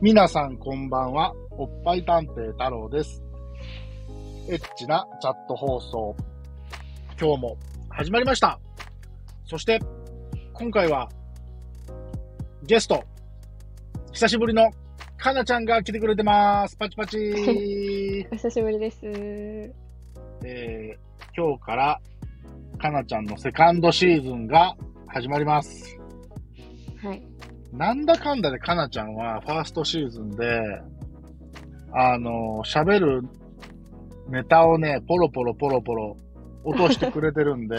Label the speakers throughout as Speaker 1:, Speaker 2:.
Speaker 1: 皆さんこんばんは。おっぱい探偵太郎です。エッチなチャット放送。今日も始まりました。そして、今回は、ゲスト、久しぶりのかなちゃんが来てくれてます。パチパチ
Speaker 2: お久しぶりです。
Speaker 1: えー今日から、かなちゃんのセカンドシーズンが始まります。
Speaker 2: はい。
Speaker 1: なんだかんだでかなちゃんはファーストシーズンで、あの、喋るネタをね、ポロポロポロポロ落としてくれてる んで、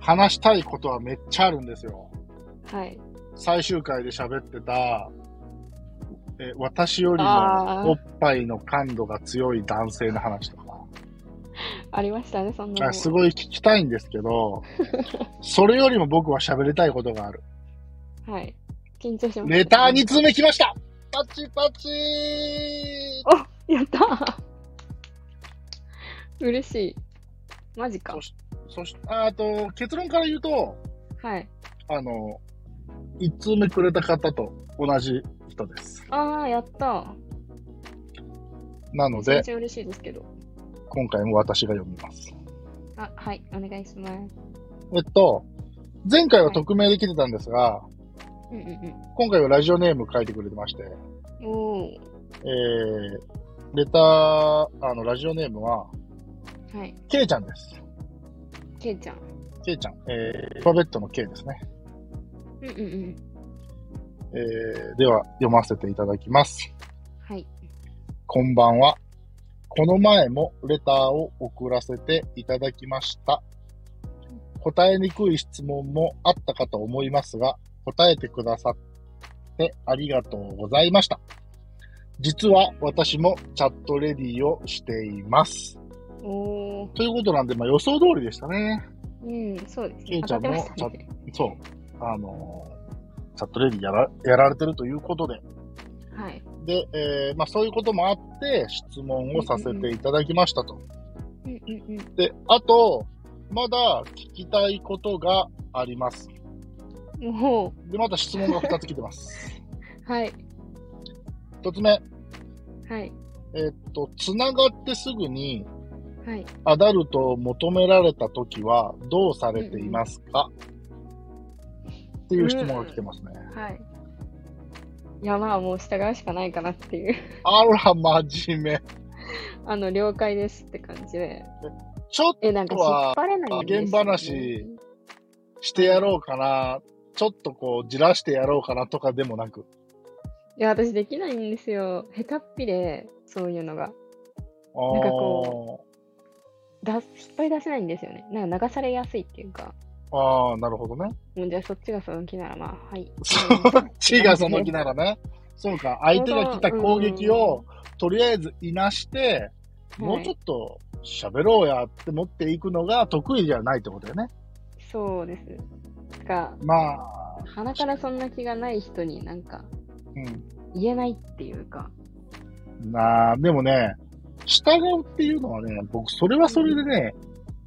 Speaker 1: 話したいことはめっちゃあるんですよ。
Speaker 2: はい。
Speaker 1: 最終回で喋ってた、え私よりも
Speaker 2: あ
Speaker 1: お
Speaker 2: ー
Speaker 1: っぱいの感度が強い男性の話とか。
Speaker 2: ありましたね、そんなの。
Speaker 1: あすごい聞きたいんですけ ど、それよりも僕は喋りたいことがある。
Speaker 2: はい。緊張しました。
Speaker 1: ネタ2通目来ましたパチパチ
Speaker 2: やった ー嬉しい。マジか
Speaker 1: そ。しそしああと、結論から言うと、
Speaker 2: はい。
Speaker 1: あの、1通目くれた方と同じ人です。
Speaker 2: ああ、やった
Speaker 1: な
Speaker 2: ー。
Speaker 1: の
Speaker 2: めっ
Speaker 1: で、
Speaker 2: ちゃ嬉しいですけど。
Speaker 1: 今回も私が読みます。
Speaker 2: あ、はい。お願いします。
Speaker 1: えっと、前回は匿名で来てたんですが、
Speaker 2: うんうん
Speaker 1: 今回はラジオネーム書いてくれてまして、
Speaker 2: うん。おー。
Speaker 1: えー、レター、あの、ラジオネームは、
Speaker 2: はい。
Speaker 1: ケイちゃんです。
Speaker 2: けいちゃん。
Speaker 1: ケイちゃん、えー、アルファベットの K ですね。
Speaker 2: うんうんうん。
Speaker 1: えー、では、読ませていただきます。
Speaker 2: はい。
Speaker 1: こんばんは。この前もレターを送らせていただきました。答えにくい質問もあったかと思いますが、答えてくださってありがとうございました。実は私もチャットレディをしています。
Speaker 2: おー。
Speaker 1: ということなんで、まあ予想通りでしたね。
Speaker 2: うん、そうです
Speaker 1: け
Speaker 2: ね。
Speaker 1: いちゃんも
Speaker 2: 当たってましたね
Speaker 1: そう。あのーチャットレディやらやられてるということで、
Speaker 2: はい。
Speaker 1: で、えーまあ、そういうこともあって、質問をさせていただきましたと。
Speaker 2: うんうんうん。
Speaker 1: で、あと、まだ聞きたいことがあります。
Speaker 2: おー。
Speaker 1: で、また質問が2つ来て ます。
Speaker 2: はい。
Speaker 1: 1つ目、
Speaker 2: はい。
Speaker 1: えーっと、つながってすぐに
Speaker 2: はい。
Speaker 1: アダルトを求められたときはどうされていますか、っていう質問が来てますね。
Speaker 2: はい。いや、まあ、もう従うしかないかなっていう。
Speaker 1: あら、真面目。
Speaker 2: あの、了解ですって感じで。
Speaker 1: ちょっと
Speaker 2: え、なんか引っ張れないんですよね
Speaker 1: 現話してやろうかな、ちょっとこう、じらしてやろうかなとかでもなく。
Speaker 2: いや、私できないんですよ。下手っぴで、そういうのが。なんかこだ引っ張り出せないんですよね。なんか流されやすいっていうか。
Speaker 1: あーあー、なるほどね。
Speaker 2: もうじゃあそっちがその気ならまあ、 はい。
Speaker 1: そっちがその気ならね。そうか、相手が来た攻撃を、とりあえずいなして、
Speaker 2: うん
Speaker 1: もうちょっと喋ろうやって持っていくのが得意じゃないってことだよね。
Speaker 2: そうです。が、
Speaker 1: まあ、
Speaker 2: 鼻からそんな気がない人になんか
Speaker 1: う
Speaker 2: 言えないっていうか。
Speaker 1: ん。なあ、でもね、従うっていうのはね、僕、それはそれでね、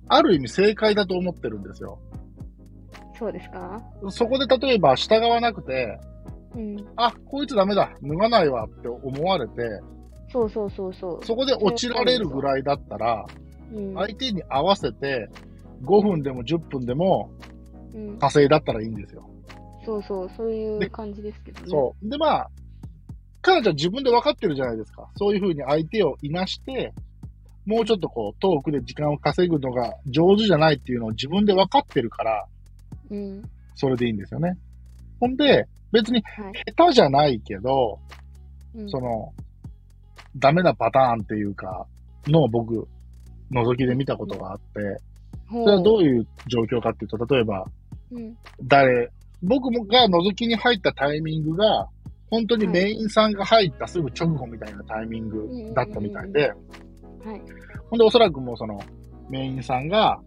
Speaker 1: ある意味正解だと思ってるんですよ。
Speaker 2: そうですか
Speaker 1: そこで例えば従わなくて、
Speaker 2: うん。
Speaker 1: あ、こいつダメだ、脱がないわって思われて、
Speaker 2: そうそうそうそう。
Speaker 1: そこで落ちられるぐらいだったら、
Speaker 2: うん。
Speaker 1: 相手に合わせて、5分でも10分でも
Speaker 2: うん、
Speaker 1: 火星だったらいいんですよ。
Speaker 2: そうそう、そういう感じですけどね。
Speaker 1: そう。で、まあ、彼女は自分で分かってるじゃないですか。そういうふうに相手をいなして、もうちょっとこう、トークで時間を稼ぐのが上手じゃないっていうのを自分で分かってるから、
Speaker 2: う。うん。
Speaker 1: それでいいんですよね。ほんで、別に
Speaker 2: はい。
Speaker 1: 下手じゃないけど、
Speaker 2: うん
Speaker 1: その、ダメなパターンっていうか、のを僕、覗きで見たことがあって、それはどういう状況かっていうと、例えば、
Speaker 2: うん、
Speaker 1: 誰、僕もが覗きに入ったタイミングが、本当にメインさんが入ったすぐ直後みたいなタイミングだったみたいで、
Speaker 2: はい。
Speaker 1: ほんでおそらくもうそのメインさんが、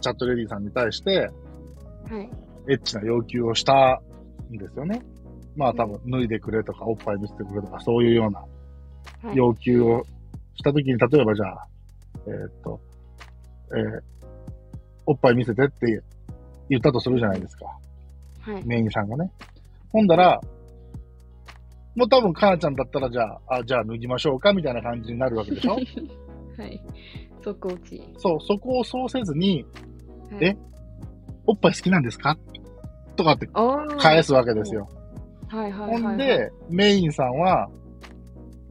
Speaker 1: チャットレディさんに対して
Speaker 2: はい。
Speaker 1: エッチな要求をしたんですよね。まあ多分脱いでくれとかおっぱい見せてくれとかそういうような
Speaker 2: はい。
Speaker 1: 要求をしたときに、例えばじゃあ、えーっと、えーおっぱい見せてって言ったとするじゃないですか。
Speaker 2: はい。
Speaker 1: メインさんがね。ほんだら、もう多分、かなちゃんだったら、じゃあ、あ、じゃあ脱ぎましょうか、みたいな感じになるわけで しょ
Speaker 2: はい。即落ち。
Speaker 1: そう、そこをそうせずに、
Speaker 2: はい、
Speaker 1: えおっぱい好きなんですかとかって
Speaker 2: あー
Speaker 1: 返すわけですよ。
Speaker 2: はいはいはい、はい。
Speaker 1: ほんで、メインさんは、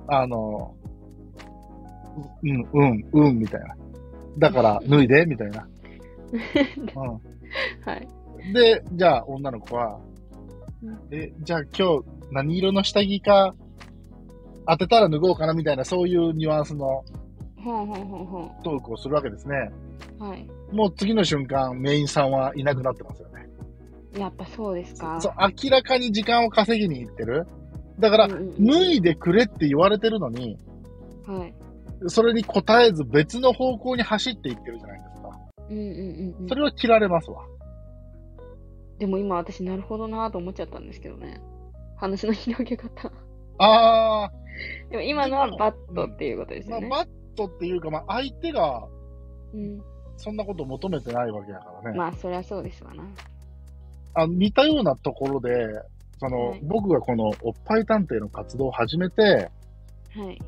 Speaker 1: あの、ううん、うん、うん、みたいな。だから、脱いで、みたいな。う
Speaker 2: はい。
Speaker 1: ん、で、じゃあ、女の子は
Speaker 2: うん、
Speaker 1: え、じゃあ今日、何色の下着か、当てたら脱ごうかな、みたいな、そういうニュアンスの
Speaker 2: ほんほんほんほ
Speaker 1: トークをするわけですね。
Speaker 2: ん。はい。
Speaker 1: もう次の瞬間、メインさんはいなくなってますよね。
Speaker 2: やっぱそうですか。
Speaker 1: そう、明らかに時間を稼ぎに行ってる。だから、
Speaker 2: うんうん
Speaker 1: 脱いでくれって言われてるのに、
Speaker 2: はい。
Speaker 1: それに応えず別の方向に走っていってるじゃないですか。
Speaker 2: うんうんうんうん
Speaker 1: そ。れは切られますわ。
Speaker 2: でも今私なるほどなぁと思っちゃったんですけどね。話の広げ方。
Speaker 1: あ
Speaker 2: でも今のはバットっていうことです
Speaker 1: ー、ま
Speaker 2: よ
Speaker 1: あ、バ
Speaker 2: ね。
Speaker 1: ットっていうか、まあ、相手が
Speaker 2: うん。
Speaker 1: そんなことを求めてないわけだからね。
Speaker 2: まあそりゃそうですわな。
Speaker 1: あの似たようなところで、その、
Speaker 2: はい
Speaker 1: 僕がこのおっぱい探偵の活動を始めて、
Speaker 2: はい。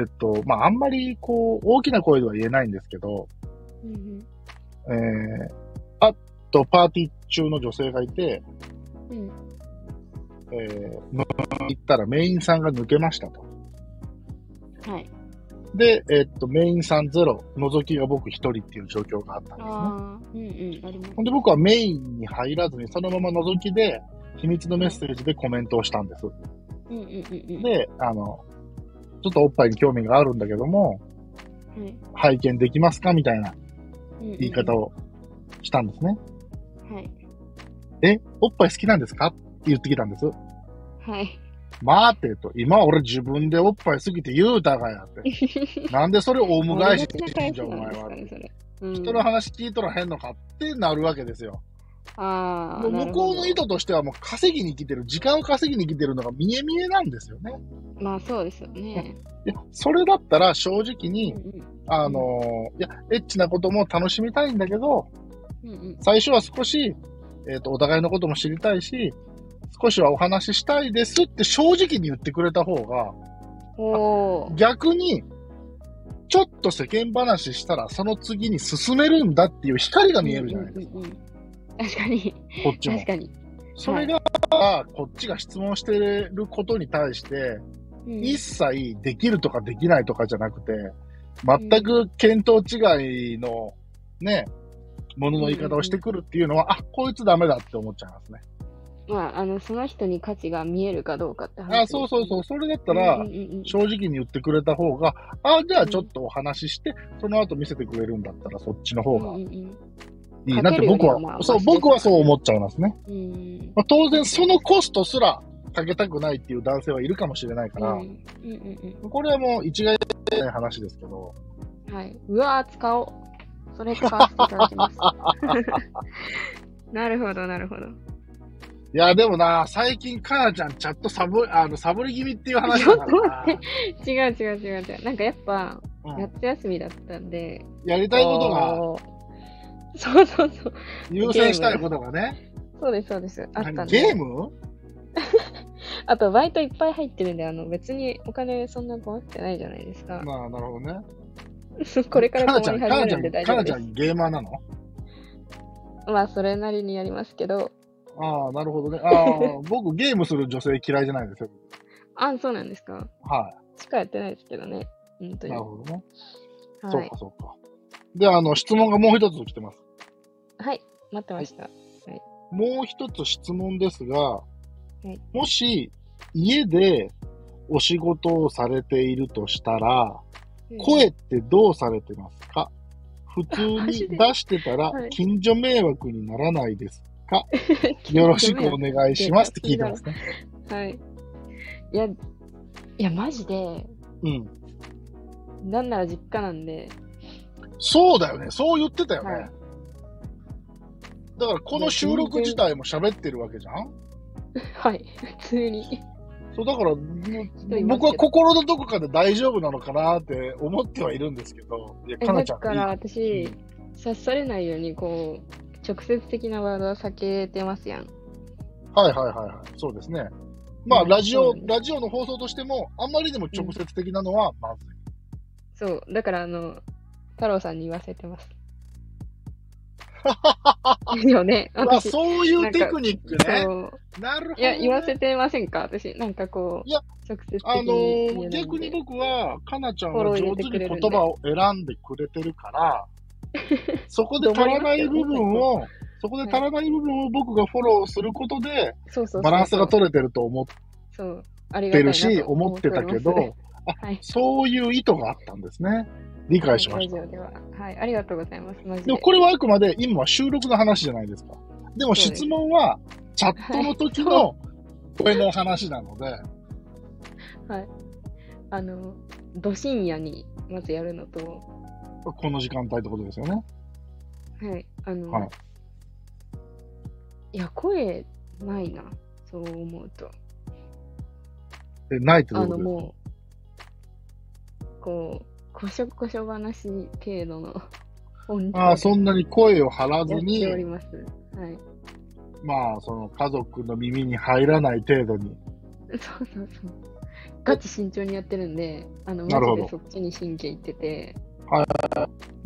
Speaker 1: えっと、まあ、あんまりこう、大きな声では言えないんですけど、
Speaker 2: うんうん。
Speaker 1: えー、あとパーティー中の女性がいて、
Speaker 2: うん。
Speaker 1: えー、行ったらメインさんが抜けましたと。
Speaker 2: はい。
Speaker 1: で、えーっと、メインさんゼロ、覗きが僕一人っていう状況があったんですね。
Speaker 2: ああ、うんうん。あります。
Speaker 1: ほんで僕はメインに入らずに、そのまま覗きで、秘密のメッセージでコメントをしたんです。
Speaker 2: うんうんうんうん。は
Speaker 1: で、あの、ちょっとおっぱいに興味があるんだけども、
Speaker 2: い。
Speaker 1: 拝見できますかみたいな言い方
Speaker 2: を。
Speaker 1: をしたんですね。
Speaker 2: はい。
Speaker 1: え、おっぱい好きなんですかって言ってきたんです。
Speaker 2: はい。
Speaker 1: 待てと、今俺自分でおっぱいすぎて言うたがやって。 なんでそれおむ返しにしてんじゃん、お前は。
Speaker 2: なんですかね、それ。うん
Speaker 1: 人の話聞いとらへんのかってなるわけですよ。
Speaker 2: あ
Speaker 1: も
Speaker 2: あ。
Speaker 1: う向こうの
Speaker 2: な
Speaker 1: 意
Speaker 2: るほ
Speaker 1: 図としてはもう稼ぎに来てる、時間を稼ぎに来てるのが見え見えなんですよね。
Speaker 2: どまあそうですよね。
Speaker 1: いや、それだったら正直
Speaker 2: う
Speaker 1: に
Speaker 2: ん、
Speaker 1: あのーいや、エッチなことも楽しみたいんだけど、
Speaker 2: うん。うんうん。
Speaker 1: 最初は少し、えっ、と、お互いのことも知りたいし、少しはお話ししたいですって正直に言ってくれた方が、
Speaker 2: おー。
Speaker 1: 逆に、ちょっと世間話したら、その次に進めるんだっていう光が見えるじゃないですか、
Speaker 2: うんうんうん確かに。
Speaker 1: こっちも
Speaker 2: 確。かに。
Speaker 1: それが、こっちが質問してることに対して、
Speaker 2: うん
Speaker 1: 一切できるとかできないとかじゃなくて、全く見当違いの、ね、ものの言い方をしてくるっていうのは、あ、こいつダメだって思っちゃいますね。
Speaker 2: まあ、あの、その人に価値が見えるかどうかって話。。
Speaker 1: あ、そうそうそうう、それだったら、
Speaker 2: うんうんうん
Speaker 1: 正直に言ってくれた方が、あ、じゃあちょっとお話しして、その後見せてくれるんだったら、そっちの方が
Speaker 2: うんうん
Speaker 1: いいなって僕は、
Speaker 2: かけるよりはまあ
Speaker 1: そう、
Speaker 2: マシです
Speaker 1: 僕はそう思っちゃいますね。
Speaker 2: うん。うん
Speaker 1: まあ、当然、そのコストすらかけたくないっていう男性はいるかもしれないから、
Speaker 2: うんうんうん
Speaker 1: これはもう一概じゃない話ですけど、
Speaker 2: うん。はい。うわー、使おう。それ使わせていただきます。なるほど、なるほど。
Speaker 1: いや、でもな、最近、かなちゃん、ちゃんとサボ、あの、サボり気味っていう話だか
Speaker 2: ちょっと
Speaker 1: らな
Speaker 2: 待違う違う違う違う。なんかやっぱ、
Speaker 1: うん
Speaker 2: 夏休みだったんで。
Speaker 1: やりたいことが、
Speaker 2: こうそうそうそう。
Speaker 1: 優先したいことがね、
Speaker 2: そうです、そうです。あったん
Speaker 1: ゲ
Speaker 2: で
Speaker 1: ー。ム
Speaker 2: あと、バイトいっぱい入ってるんで、あの、別にお金そんな困ってないじゃないですか。
Speaker 1: まあ、なるほどね。
Speaker 2: これから
Speaker 1: かなち
Speaker 2: 困
Speaker 1: ゃん、
Speaker 2: り
Speaker 1: か
Speaker 2: 始め
Speaker 1: なち
Speaker 2: る
Speaker 1: ゃ
Speaker 2: んで
Speaker 1: ん、
Speaker 2: 大
Speaker 1: か
Speaker 2: 丈夫
Speaker 1: な
Speaker 2: で
Speaker 1: ち
Speaker 2: す
Speaker 1: ゃ。ん、ゲーマーなの
Speaker 2: まあ、それなりにやりますけど。
Speaker 1: ああ、なるほどね。あ あ、僕、ゲームする女性嫌いじゃないですよ。
Speaker 2: あ、そうなんですか。
Speaker 1: は
Speaker 2: しかやってないですけどね。本当
Speaker 1: い。
Speaker 2: に。
Speaker 1: なる
Speaker 2: は
Speaker 1: ほどね。そう
Speaker 2: い
Speaker 1: か、。そうか。で、あの、質問がもう一つ来てます。
Speaker 2: はい。待ってました。
Speaker 1: もう一つ質問ですが、
Speaker 2: い
Speaker 1: もし家でお仕事をされているとしたら、声ってどうされてますか普通
Speaker 2: マジ
Speaker 1: に
Speaker 2: で
Speaker 1: 出してたら
Speaker 2: はい
Speaker 1: 近所迷惑にならないですか、
Speaker 2: うん
Speaker 1: よろしくお願いしますって聞いてますね。
Speaker 2: はい。いや、いや、マジで、
Speaker 1: うん。
Speaker 2: なんなら実家なんで、
Speaker 1: そうだよね。そう言ってたよね。
Speaker 2: はい
Speaker 1: だからこの収録自体も喋ってるわけじゃん
Speaker 2: はい。普通に。
Speaker 1: そう、だから、
Speaker 2: どいますけど
Speaker 1: 僕は心のどこかで大丈夫なのかなって思ってはいるんですけど、いや、
Speaker 2: え
Speaker 1: かなちゃ
Speaker 2: だ
Speaker 1: ん、
Speaker 2: から
Speaker 1: いい
Speaker 2: 私、刺されないように、こう、直接的なワードは避けてますやん。
Speaker 1: はいはいはいはい、そうですね。まあ、
Speaker 2: うん
Speaker 1: ラジ
Speaker 2: そ
Speaker 1: オ
Speaker 2: うなん、だ
Speaker 1: ラジオの放送としても、あんまりでも直接的なのはまずい。
Speaker 2: そう、だからあの、太郎さんに言わせて ます。いいよね、
Speaker 1: あ、
Speaker 2: 私。
Speaker 1: そういうテクニックね。
Speaker 2: そう
Speaker 1: なるほど、ね。
Speaker 2: いや、言わせてませんか、私。なんかこう、
Speaker 1: いや
Speaker 2: 直接的
Speaker 1: あの
Speaker 2: に言えないんで。
Speaker 1: 逆に僕は、かなちゃん
Speaker 2: フォロ
Speaker 1: は
Speaker 2: ー入
Speaker 1: 上
Speaker 2: れ
Speaker 1: 手
Speaker 2: て
Speaker 1: に
Speaker 2: くれ
Speaker 1: 言
Speaker 2: るんで
Speaker 1: 葉を選んでくれてる から、そこで足らない部分を、そこで足らない部分を僕がフォローすることで、
Speaker 2: そうそうそうそう
Speaker 1: バランスが取れてると思っ
Speaker 2: そう、ありが
Speaker 1: て
Speaker 2: たいな
Speaker 1: る
Speaker 2: と
Speaker 1: し、思ってたけど
Speaker 2: 思おり、ますはい。
Speaker 1: そういう意図があったんですね。理解しました。
Speaker 2: はいラジオでは。はい、ありがとうございます。マジで。
Speaker 1: でもこれはあくまで今は収録の話じゃないですか。でも質問はチャットの時の声の話なので、
Speaker 2: あの、ど深夜にまずやるのと、
Speaker 1: この時間帯ってことですよね。
Speaker 2: はい、あの、
Speaker 1: はい
Speaker 2: い、や、声ないな、そう思うと。
Speaker 1: でないってどう
Speaker 2: あ
Speaker 1: いうこと
Speaker 2: の、
Speaker 1: ですか
Speaker 2: もう、こう、こしょこしょ話程度の音
Speaker 1: ああ、
Speaker 2: う
Speaker 1: そんなに声を張らず
Speaker 2: やっ
Speaker 1: に
Speaker 2: てお、ります。はい。
Speaker 1: まあ、その家族の耳に入らない程度に。
Speaker 2: そうそうそう。ガチ慎重にやってるんで、あの、
Speaker 1: なるほ
Speaker 2: マ
Speaker 1: ど
Speaker 2: ジでそっちに神経いってて。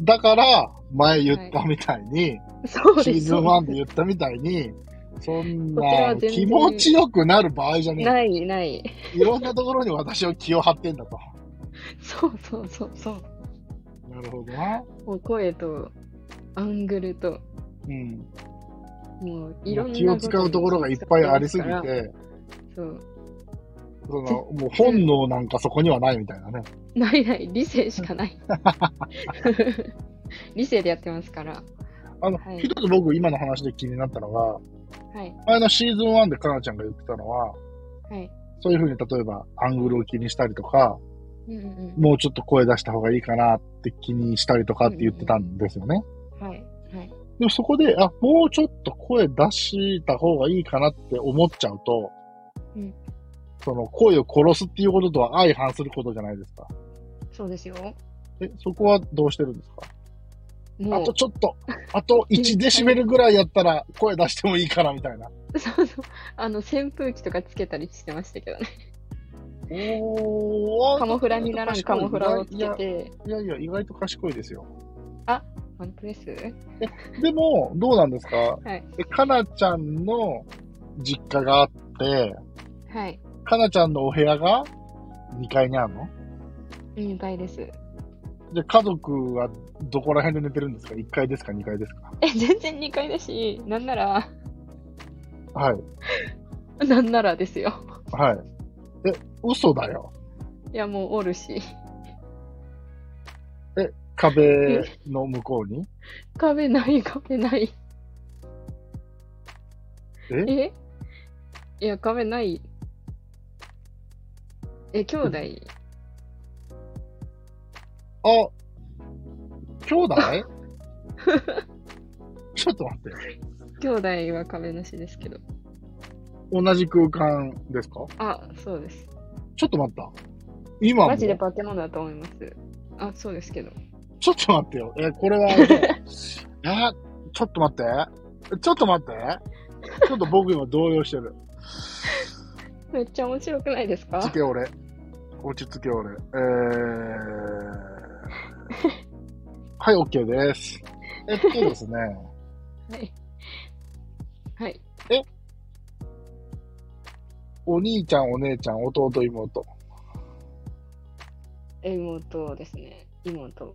Speaker 1: だから、前言ったみたいに、
Speaker 2: そうです。
Speaker 1: シーズン
Speaker 2: そう
Speaker 1: 1で言ったみたいに、そん
Speaker 2: こちら
Speaker 1: な
Speaker 2: は全然
Speaker 1: 気持ちよくなる場合じゃ
Speaker 2: です
Speaker 1: ね
Speaker 2: ない、ない。
Speaker 1: え。いろんなところに私を気を張ってんだと。
Speaker 2: そうそうそうそう。
Speaker 1: なるほどな。
Speaker 2: もう声と、アングルと、
Speaker 1: うん。
Speaker 2: もういろんな
Speaker 1: 気を使うところがいっぱいありすぎ
Speaker 2: ことに
Speaker 1: て、
Speaker 2: そう
Speaker 1: そのもう本能なんかそこにはないみたいなね。
Speaker 2: ないない理性しかない理性でやってますから
Speaker 1: あの、
Speaker 2: はい
Speaker 1: 一つ僕今の話で気になったのが、
Speaker 2: はい
Speaker 1: 前のシーズン1でかなちゃんが言ってたのは、
Speaker 2: はい
Speaker 1: そういうふうに例えばアングルを気にしたりとか、
Speaker 2: うんうん
Speaker 1: もうちょっと声出した方がいいかなって気にしたりとかって言ってたんですよね。
Speaker 2: うんはいはい
Speaker 1: でもそこで、あ、もうちょっと声出した方がいいかなって思っちゃうと、
Speaker 2: うん
Speaker 1: その声を殺すっていうこととは相反することじゃないですか。
Speaker 2: そうですよ
Speaker 1: え、そこはどうしてるんですかあ
Speaker 2: も
Speaker 1: とちょっと、あと1デシベルぐらいやったら声出してもいいかなみたいな。
Speaker 2: うそうそうあの扇風機とかつけたりしてましたけどね
Speaker 1: おー
Speaker 2: カモフラにならんカモフラをつ
Speaker 1: い
Speaker 2: け
Speaker 1: や
Speaker 2: て
Speaker 1: いやいや、意外と賢いですよ。
Speaker 2: 本当です
Speaker 1: でも、どうなんですか
Speaker 2: い
Speaker 1: えかなちゃんの実家があって、
Speaker 2: はい
Speaker 1: かなちゃんのお部屋が2階にあるの
Speaker 2: うんいっぱいです
Speaker 1: じゃあ家族はどこら辺で寝てるんですか ?1 階ですか ?2 階ですか
Speaker 2: え全然2階だしなんなら
Speaker 1: はい。
Speaker 2: なんならですよ
Speaker 1: はい。え、嘘だよ。
Speaker 2: いやもうおるし
Speaker 1: 壁の向こうに。
Speaker 2: 壁ない壁ない
Speaker 1: え
Speaker 2: えいや、仮面ない。え、兄弟
Speaker 1: あ、兄 弟ちょっと待って。
Speaker 2: 兄弟は仮面なしですけど。
Speaker 1: 同じ空間ですか
Speaker 2: あ、そうです。
Speaker 1: ちょっと待った。今も
Speaker 2: マジで化け物だと思います。あ、そうですけど。
Speaker 1: ちょっと待ってよ。え、これはあれだよ、え、ちょっと待って。ちょっと待って。ちょっと僕今動揺してる。
Speaker 2: めっちゃ面白くないです
Speaker 1: 落ち
Speaker 2: か
Speaker 1: 着け俺。落ち着け俺。えー。はい、OK です。えっとですね。
Speaker 2: はい。はい。
Speaker 1: お兄ちゃん、お姉ちゃん、弟、妹。
Speaker 2: え妹ですね。妹。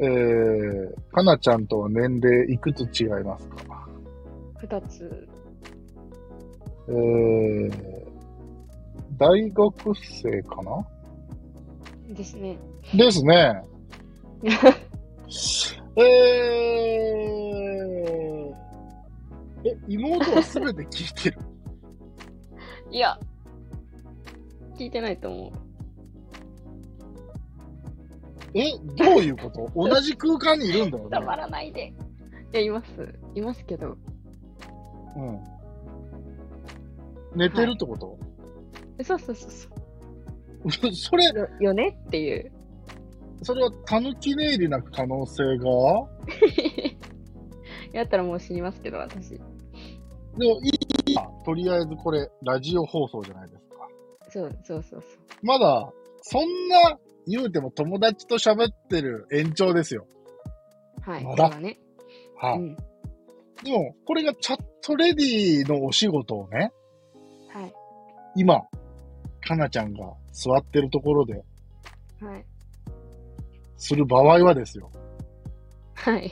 Speaker 1: えー、かなちゃんとは年齢いくつ違いますか
Speaker 2: 二つ。
Speaker 1: えー、大学生かな
Speaker 2: ですね。
Speaker 1: です ね。えー、え、妹はすべて聞いてる。
Speaker 2: いや。聞いてないと思う。
Speaker 1: え、どういうこと同じ空間にいるんだよね
Speaker 2: た。まらないで。いや、います。いますけど。
Speaker 1: うん。寝てるってこと、
Speaker 2: えそうそうそうそ
Speaker 1: それ、
Speaker 2: う。よよねっていう。
Speaker 1: それはたぬき寝入りな可能性が
Speaker 2: やったらもう死にますけど、私。
Speaker 1: でもいい、今、とりあえずこれ、ラジオ放送じゃないですか。
Speaker 2: そうそうそうそう。
Speaker 1: まだ、そんな、言うても友達と喋ってる延長ですよ。
Speaker 2: はい。
Speaker 1: ま
Speaker 2: こ
Speaker 1: だ
Speaker 2: れはね。
Speaker 1: は
Speaker 2: う
Speaker 1: い。
Speaker 2: ん。
Speaker 1: でも、これがチャットレディのお仕事をね、
Speaker 2: はい。
Speaker 1: 今、かなちゃんが座ってるところで、
Speaker 2: はい。
Speaker 1: する場合はですよ。
Speaker 2: はい。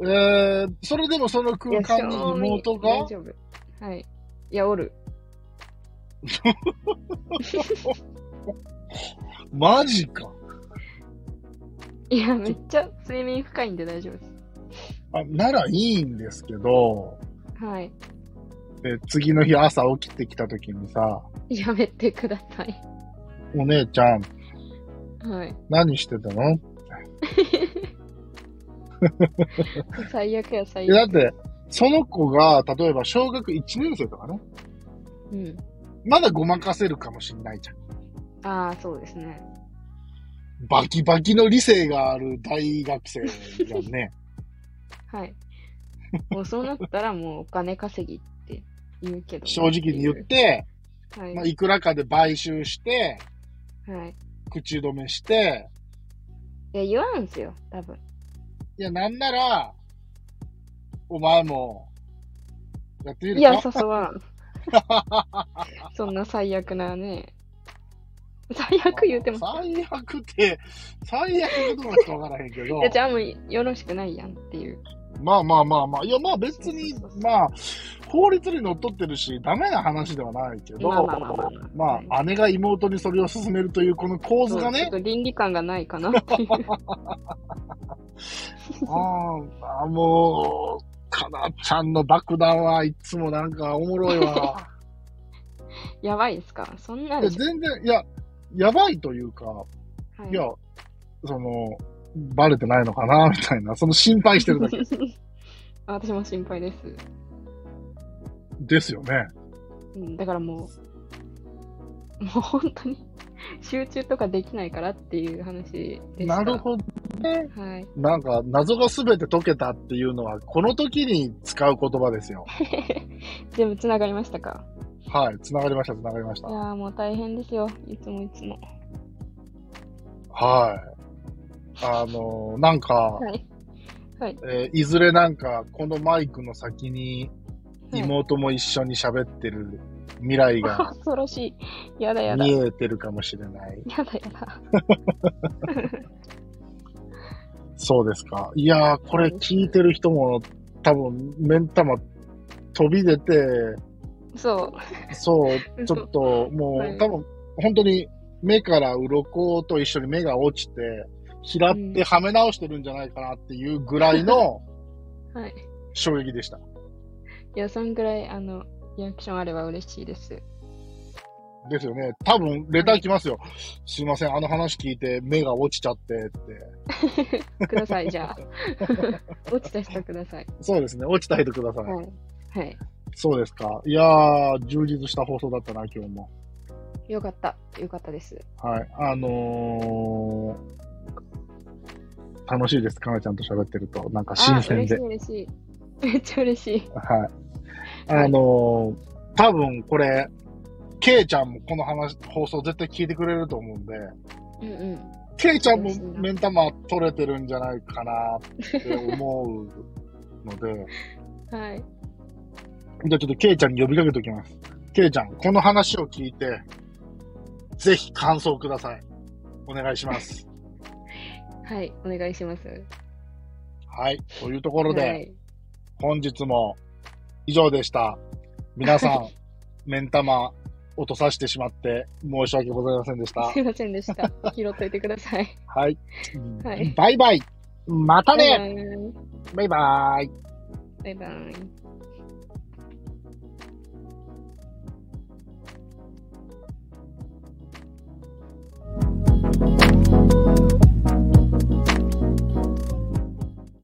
Speaker 1: えー、それでもその
Speaker 2: い
Speaker 1: 空
Speaker 2: や
Speaker 1: 間に妹が、
Speaker 2: 正味大丈夫。はい。いや、おる。
Speaker 1: マジか。
Speaker 2: いや、めっちゃ睡眠深いんで大丈夫です。
Speaker 1: あならいいんですけど、
Speaker 2: はい。
Speaker 1: で次の日朝起きてきた時にさ、
Speaker 2: やめてください。
Speaker 1: お姉ちゃん、
Speaker 2: はい。
Speaker 1: 何してたの
Speaker 2: 最悪や、最
Speaker 1: えだっ
Speaker 2: 悪。
Speaker 1: て、その子が、例えば小学1年生とかね、
Speaker 2: うん。
Speaker 1: まだごまかせるかもしんないじゃん。
Speaker 2: ああ、そうですね。
Speaker 1: バキバキの理性がある大学生じゃんね。
Speaker 2: はい。もうそうなったらもうお金稼ぎって言うけど。
Speaker 1: 正直に言っ。て、
Speaker 2: はい。
Speaker 1: まあ、いくらかで買収して、
Speaker 2: はい。
Speaker 1: 口止めして、
Speaker 2: いや、言わんすよ、多分。
Speaker 1: いや、なんなら、お前も、やってみるか
Speaker 2: いや、誘わん。そんな最悪なね。最悪言うても。
Speaker 1: 最悪って、最悪かどうかしかわからへんけど
Speaker 2: い。や、じゃあもうよろしくないやんっていう。
Speaker 1: まあまあまあまあ。いや、まあ別に
Speaker 2: そうそうそう、
Speaker 1: まあ、法律にのっとってるし、ダメな話ではないけど、
Speaker 2: まあまあまあまあまあ
Speaker 1: まあ姉が妹にそれを勧めるという、この構図
Speaker 2: そう
Speaker 1: が
Speaker 2: ちょ
Speaker 1: ね、
Speaker 2: っと倫理観がないかなっていう。
Speaker 1: あーあー、もう、かなちゃんの爆弾はいつもなんかおもろい わ。
Speaker 2: やばいですかそんない
Speaker 1: や
Speaker 2: でし
Speaker 1: 全然、いや、やばいというか、
Speaker 2: ょ。はい
Speaker 1: や、その、バレてないのかな、みたいな、その心配してるだ け
Speaker 2: あ私も心配です。
Speaker 1: ですよね。
Speaker 2: うん、だからもう、もう本当に集中とかできないからっていう話でした。
Speaker 1: なるほどね。
Speaker 2: ど。はい。
Speaker 1: なんか、謎が全て解けたっていうのは、この時に使う言葉ですよ。
Speaker 2: 全部つながりましたか
Speaker 1: はい、つながりました、つながりました
Speaker 2: いや。ーもう大変ですよ。いつもいつも。
Speaker 1: はい。あの、なんか、
Speaker 2: はい。はい。
Speaker 1: えーいずれなんか、このマイクの先に、
Speaker 2: はい
Speaker 1: 妹も一緒に喋ってる未来が
Speaker 2: 恐ろしい。やだやだ。
Speaker 1: 見
Speaker 2: や
Speaker 1: えてるかもしれない。
Speaker 2: だやだ。
Speaker 1: そうですか。いやー、これ聞いてる人も、多分、目ん玉飛び出て、
Speaker 2: そ
Speaker 1: そう、ちょっと、も
Speaker 2: は
Speaker 1: う、
Speaker 2: い
Speaker 1: 多分、本当に、目から鱗と一緒に目が落ちて、拾っ
Speaker 2: うん
Speaker 1: てはめ直してるんじゃないかなっていうぐらいの
Speaker 2: う。はい。
Speaker 1: 衝撃でした。
Speaker 2: いや、そんぐらい、あの、リアクションあれば嬉しいです。
Speaker 1: ですよね。多分、レター来ますよ。すいません、あの話聞いて目が落ちちゃってって。
Speaker 2: ください、じゃあ。 落ちた人ください。
Speaker 1: そうですね、落ちた人ください。
Speaker 2: はい。はい。
Speaker 1: そうですか。いやー、充実した放送だったな、今日も。
Speaker 2: よかった。よかったです。
Speaker 1: はい。あのー、楽しいです、かなちゃんと喋ってると。なんか新
Speaker 2: あ、
Speaker 1: 鮮で。
Speaker 2: 嬉しい、嬉しい。めっちゃ嬉しい。
Speaker 1: はい。あのー、多分これ、ケイちゃんもこの話、放送絶対聞いてくれると思うんで、
Speaker 2: うんうん。
Speaker 1: ケイちゃんも目ん玉取れてるんじゃないかなって思うので、
Speaker 2: はい。
Speaker 1: じゃあちょっとケイちゃんに呼びかけておきます。ケイちゃん、この話を聞いて、ぜひ感想をください。お願いします。
Speaker 2: はい。お願いします。
Speaker 1: はい。というところで、
Speaker 2: はい。
Speaker 1: 本日も以上でした。皆さ ん、目ん玉落とさせてしまって申し訳ございませんで した。
Speaker 2: すいませんでした。拾っといてください。
Speaker 1: はい。
Speaker 2: はい
Speaker 1: バイバイ。またね。
Speaker 2: バイ
Speaker 1: バイバイ。
Speaker 2: バイ。バイバイ。